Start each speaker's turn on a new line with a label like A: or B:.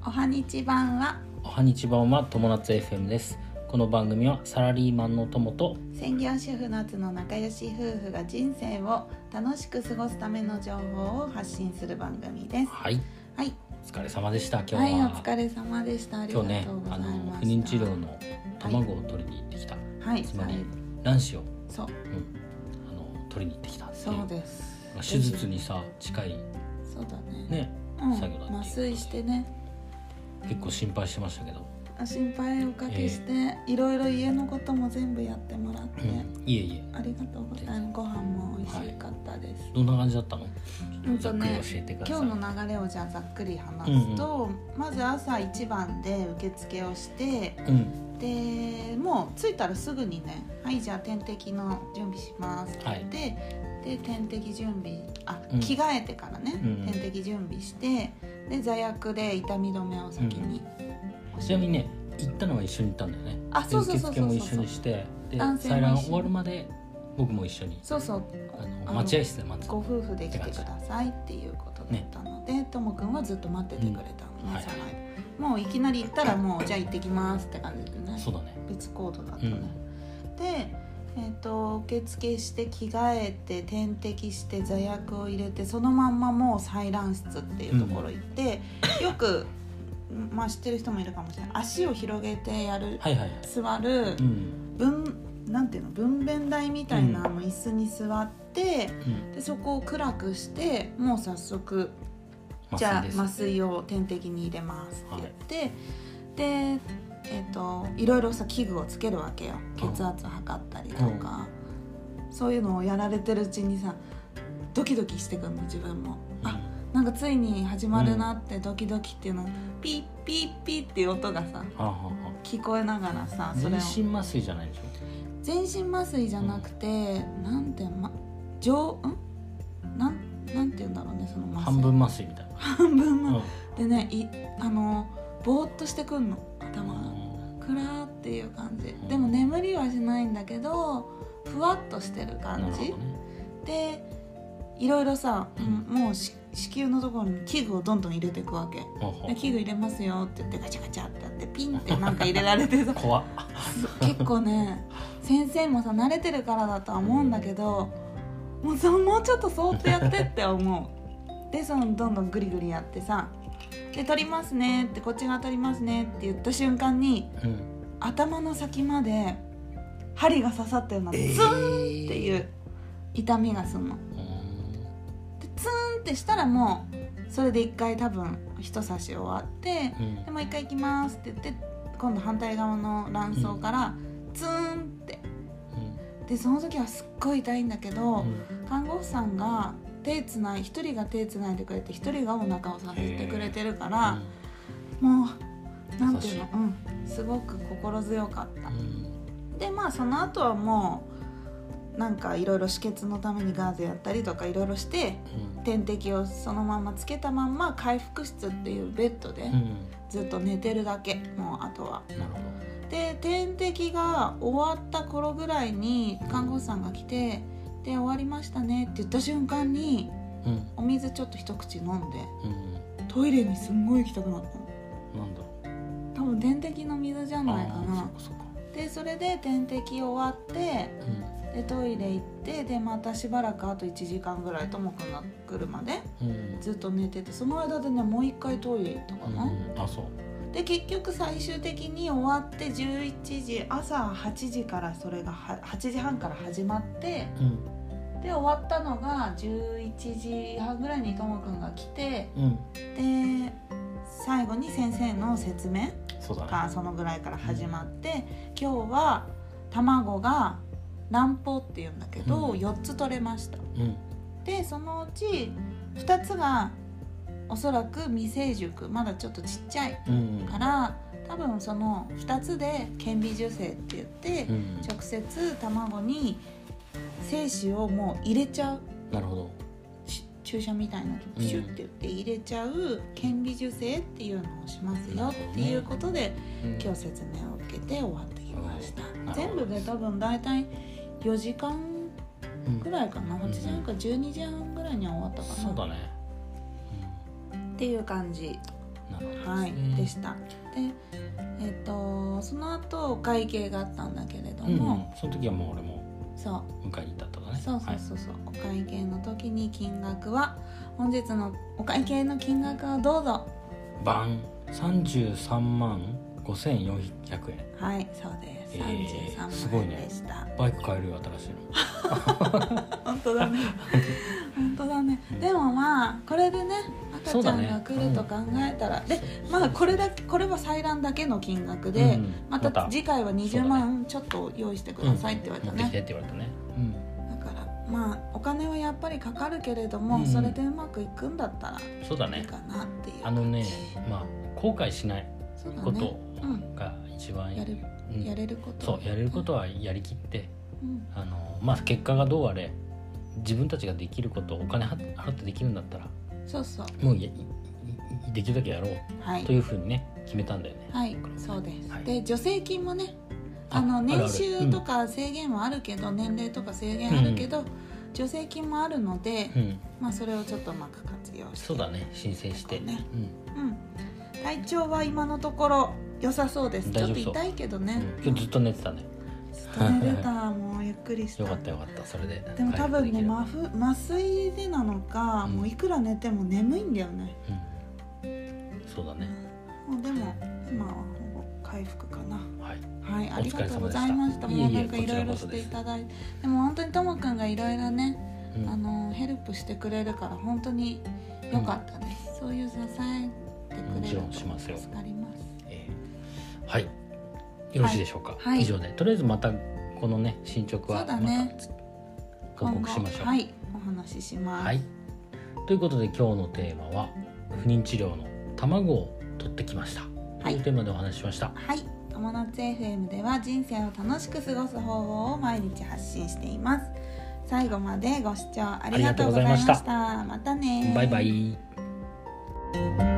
A: はにち版は
B: おはにちばんは友達 FM ですこの番組はサラリーマンの友と
A: 専業主婦夏の仲良し夫婦が人生を楽しく過ごすための情報を発信する番組です
B: はい
A: はい
B: お疲れ様でした今日は、
A: はいお疲れ様でしたありが
B: 今
A: とう
B: 日
A: ござい
B: ね
A: ました
B: あの不妊治療の卵を取りに行ってきた、
A: はい
B: つまり
A: はい
B: 卵子を、
A: そう
B: うん、あの取りに行ってきたっていう
A: そうです
B: まあ手術にさ近い
A: そうだね
B: ね
A: うん、
B: 作業だっていう
A: 麻酔してね
B: 結構心配してましたけど、
A: あ心配おかけして、いろいろ家のことも全部やってもらって、
B: うん、いえいえ
A: ありがとうございますご飯も美味しかったです、
B: どんな感じだったの
A: うん
B: ざ
A: と
B: っくり
A: ね
B: 教えてください、
A: 今日の流れをじゃあざっくり話すと、まず朝一番で受付をして
B: うん
A: でもう着いたらすぐにね「はいじゃあ点滴の準備します」って
B: はい
A: 言って、で点滴準備あ、
B: うん
A: 着替えてからね、
B: うん
A: 点滴準備してで座薬で痛み止めを先に、
B: ちなみにね行ったのは一緒に行ったんだよね
A: あそうそうそうそう
B: 受付も一緒にしてで
A: 男性も一緒
B: 採卵終わるまで僕も一緒に
A: そうそう
B: あ
A: あ
B: の
A: の
B: 待合室で待つ
A: ご夫婦で来てくださいっていうことだったのでともくんはずっと待っててくれたのね、
B: うんはい
A: その間もういきなり行ったらもうじゃあ行ってきますって感じでね
B: そうだね
A: 別コードだったね、で、えー、と受付して着替えて点滴して座薬を入れてそのまんまもう採卵室っていうところ行って、 よく、まあ、知ってる人もいるかもしれない足を広げてやる、
B: はいはいはい
A: 座る
B: うん
A: 分なんていうの分娩台みたいな
B: うん
A: の椅子に座って、
B: うん
A: でそこを暗くしてもう早速じ
B: 麻
A: ゃ
B: 酔です
A: あ麻酔を点滴に入れますって言って、でえっといろいろさ器具をつけるわけよ血
B: うん
A: 圧測ったりとか、そういうのをやられてるうちにさドキドキしてくんの自分も、あなんかついに始まるなってドキドキっていうのピッピッピッっていう音がさ
B: はあは
A: 聞こえながらさ
B: あ
A: それを
B: 全身麻酔じゃないでしょ
A: 全身麻酔じゃなくて、なんてま上んなんなんて言うんだろうねその麻酔
B: 半分麻酔みたいな
A: 半分
B: うん
A: までねいあのぼーっとしてくんの頭がくらーっていう感じ
B: うん
A: でも眠りはしないんだけどふわっとしてる
B: な
A: 感
B: るほ
A: じ
B: どね
A: でいろいろさ、
B: うん
A: もうし子宮のところに器具をどんどん入れていくわけ
B: ほうほ
A: で
B: う
A: 器具入れますよって言ってガチャガチャってやってピンってなんか入れられてさ
B: 怖っ
A: 結構ね先生もさ慣れてるからだとは思うんだけどもうそもうちょっとそーっとやってって思うでそのどんどんグリグリやってさで取りますねってこっちが取りますねって言った瞬間に
B: うん
A: 頭の先まで針が刺さったようなツンっていう痛みがすんの
B: うん
A: でツンってしたらもうそれで一回多分人差し終わって
B: うん
A: でもう一回行きますって言って今度反対側の卵巣からツーンってでその時はすっごい痛いんだけ
B: う
A: ど、
B: ん
A: 看護婦さんが手つない一人が手つないでくれて一人がお腹をさせてくれてるから、もうなんていうの
B: 優し、
A: うん、すごく心強かった
B: う。ん
A: でまあその後はもうなんかいろいろ止血のためにガーゼやったりとかいろいろして点滴をそのままつけたまんま回復室っていうベッドで
B: うんうん
A: ずっと寝てるだけもうあとは
B: なるほど
A: で点滴が終わった頃ぐらいに看護師さんが来て「で終わりましたね」って言った瞬間に
B: うん
A: お水ちょっと一口飲んで
B: うん
A: トイレにすんごい行きたくなったの
B: なんだろう
A: 多分点滴の水じゃないか
B: あ
A: な
B: ーそっか
A: でそれで点滴終わって
B: そっか
A: でトイレ行ってでまたしばらくあと1時間ぐらいともくんが来るまで
B: うんうん
A: ずっと寝ててその間でねもう一回トイレ行ったかな、
B: うんあそう
A: で結局最終的に終わって11時朝8時からそれがは8時半から始まって
B: うん
A: で終わったのが11時半ぐらいにともくんが来て
B: うん
A: で最後に先生の説明
B: そうだね
A: がそのぐらいから始まって今日は卵が卵胞っていうんだけど
B: うん
A: 4つ取れました
B: うん
A: でそのうち2つがおそらく未成熟まだちょっとちっちゃい
B: うん
A: から多分その2つで顕微授精って言って、
B: うん
A: 直接卵に精子をもう入れちゃう
B: なるほど
A: し注射みたいな
B: うん
A: シュッて言って入れちゃう顕微授精っていうのをしますよっていうことで、今日説明を受けて終わってきました
B: うんなる
A: 全
B: ほど
A: 部で多分大体4時間
B: うん
A: ぐらいかな8時半か12時半ぐらいには終わったか
B: そ
A: な、
B: うだね
A: っていう感じ
B: なるほどですね、
A: はい、でした。で、えっとその後会計があったんだけれど
B: うんうん
A: も、
B: その時はもう俺も
A: そう
B: 迎えに行ったとかね
A: そうそうそうそう、お会計の時に金額は本日のお会計の金額をどうぞ。
B: はい、バン33万5400円
A: はい、そうです。
B: え
A: 三
B: ー
A: 十三
B: すご
A: 万
B: い
A: 円
B: ね
A: でした。
B: バイク買えるよ新しいの
A: 本当 だね。本当だね。でもまあこれでね、赤
B: そう
A: ちゃ
B: だ
A: ん
B: ね
A: が来ると考えたら、
B: うん
A: で、まあこれだけこれは採卵だけの金額で、
B: うん
A: また次回は20
B: そう
A: 万ちょっと用意してくださいって言われた
B: 持ってきて
A: ね。
B: って言われたね、
A: だからまあお金はやっぱりかかるけれども、
B: うん
A: それでうまくいくんだった
B: うん、そうだ
A: らいい
B: ね
A: かなっていう
B: あ
A: 感じ。
B: のねまあ後悔しない
A: そうだね
B: こと
A: うん
B: が一番いい
A: やる
B: うん
A: やれること。
B: そうやれることはやりきって
A: うん。
B: あのまあ結果がどうあれ自分たちができることお金は払ってできるんだったら
A: そうそう。
B: もうやいいできるだけやろ
A: は
B: う
A: い
B: と。いうふうにね決めたんだよね
A: はい、そうです。
B: はい
A: で、助成金もね、
B: あ
A: あの
B: あるある
A: 年収とか制限はあるけど、年齢とか制限あるけど、助成金もあるので、
B: うん
A: まあそれをちょっとうまく活用して、
B: そうだね申請して、
A: ね
B: うん
A: うん、体調は今のところ良さそうです。ち
B: 大
A: ょっ
B: 丈
A: と
B: 夫そう
A: 痛いけどね。
B: うん今日ずっと寝てたね
A: ずっと寝てた、もうゆっくりした。
B: よかったよかったそれで
A: でも多分ね、
B: 回復できれば
A: 麻ふ麻酔でなのか、
B: うん
A: もういくら寝ても眠いんだよね。
B: うんそうだね
A: もうでも今はほぼ回復かな。
B: はい
A: はい、あ
B: お
A: り
B: 疲
A: が
B: れ様でし
A: と
B: た
A: うございました。
B: いえい
A: も
B: え
A: うなんかい
B: こち
A: ろい
B: ら
A: ろ
B: こそ
A: し
B: で
A: て
B: す
A: いただいて、でも本当にともくんがいろいろね、
B: うん
A: あのヘルプしてくれるから本当に良かったです。そういう支えてくれると
B: もちろんしますよ
A: 助かります。
B: えーはいよろしいでしょうか、
A: はいはい
B: 以上でとりあえずまたこのね進捗
A: そ
B: は
A: う
B: ま
A: だね
B: たつ報告しましょう
A: はい、お話しします。
B: はい、ということで今日のテーマは不妊治療の卵を取ってきました、
A: はい
B: というテーマでお話ししました
A: はい、友達 FM では人生を楽しく過ごす方法を毎日発信しています。最後までご視聴ありがとうございました。またね。
B: バイバイ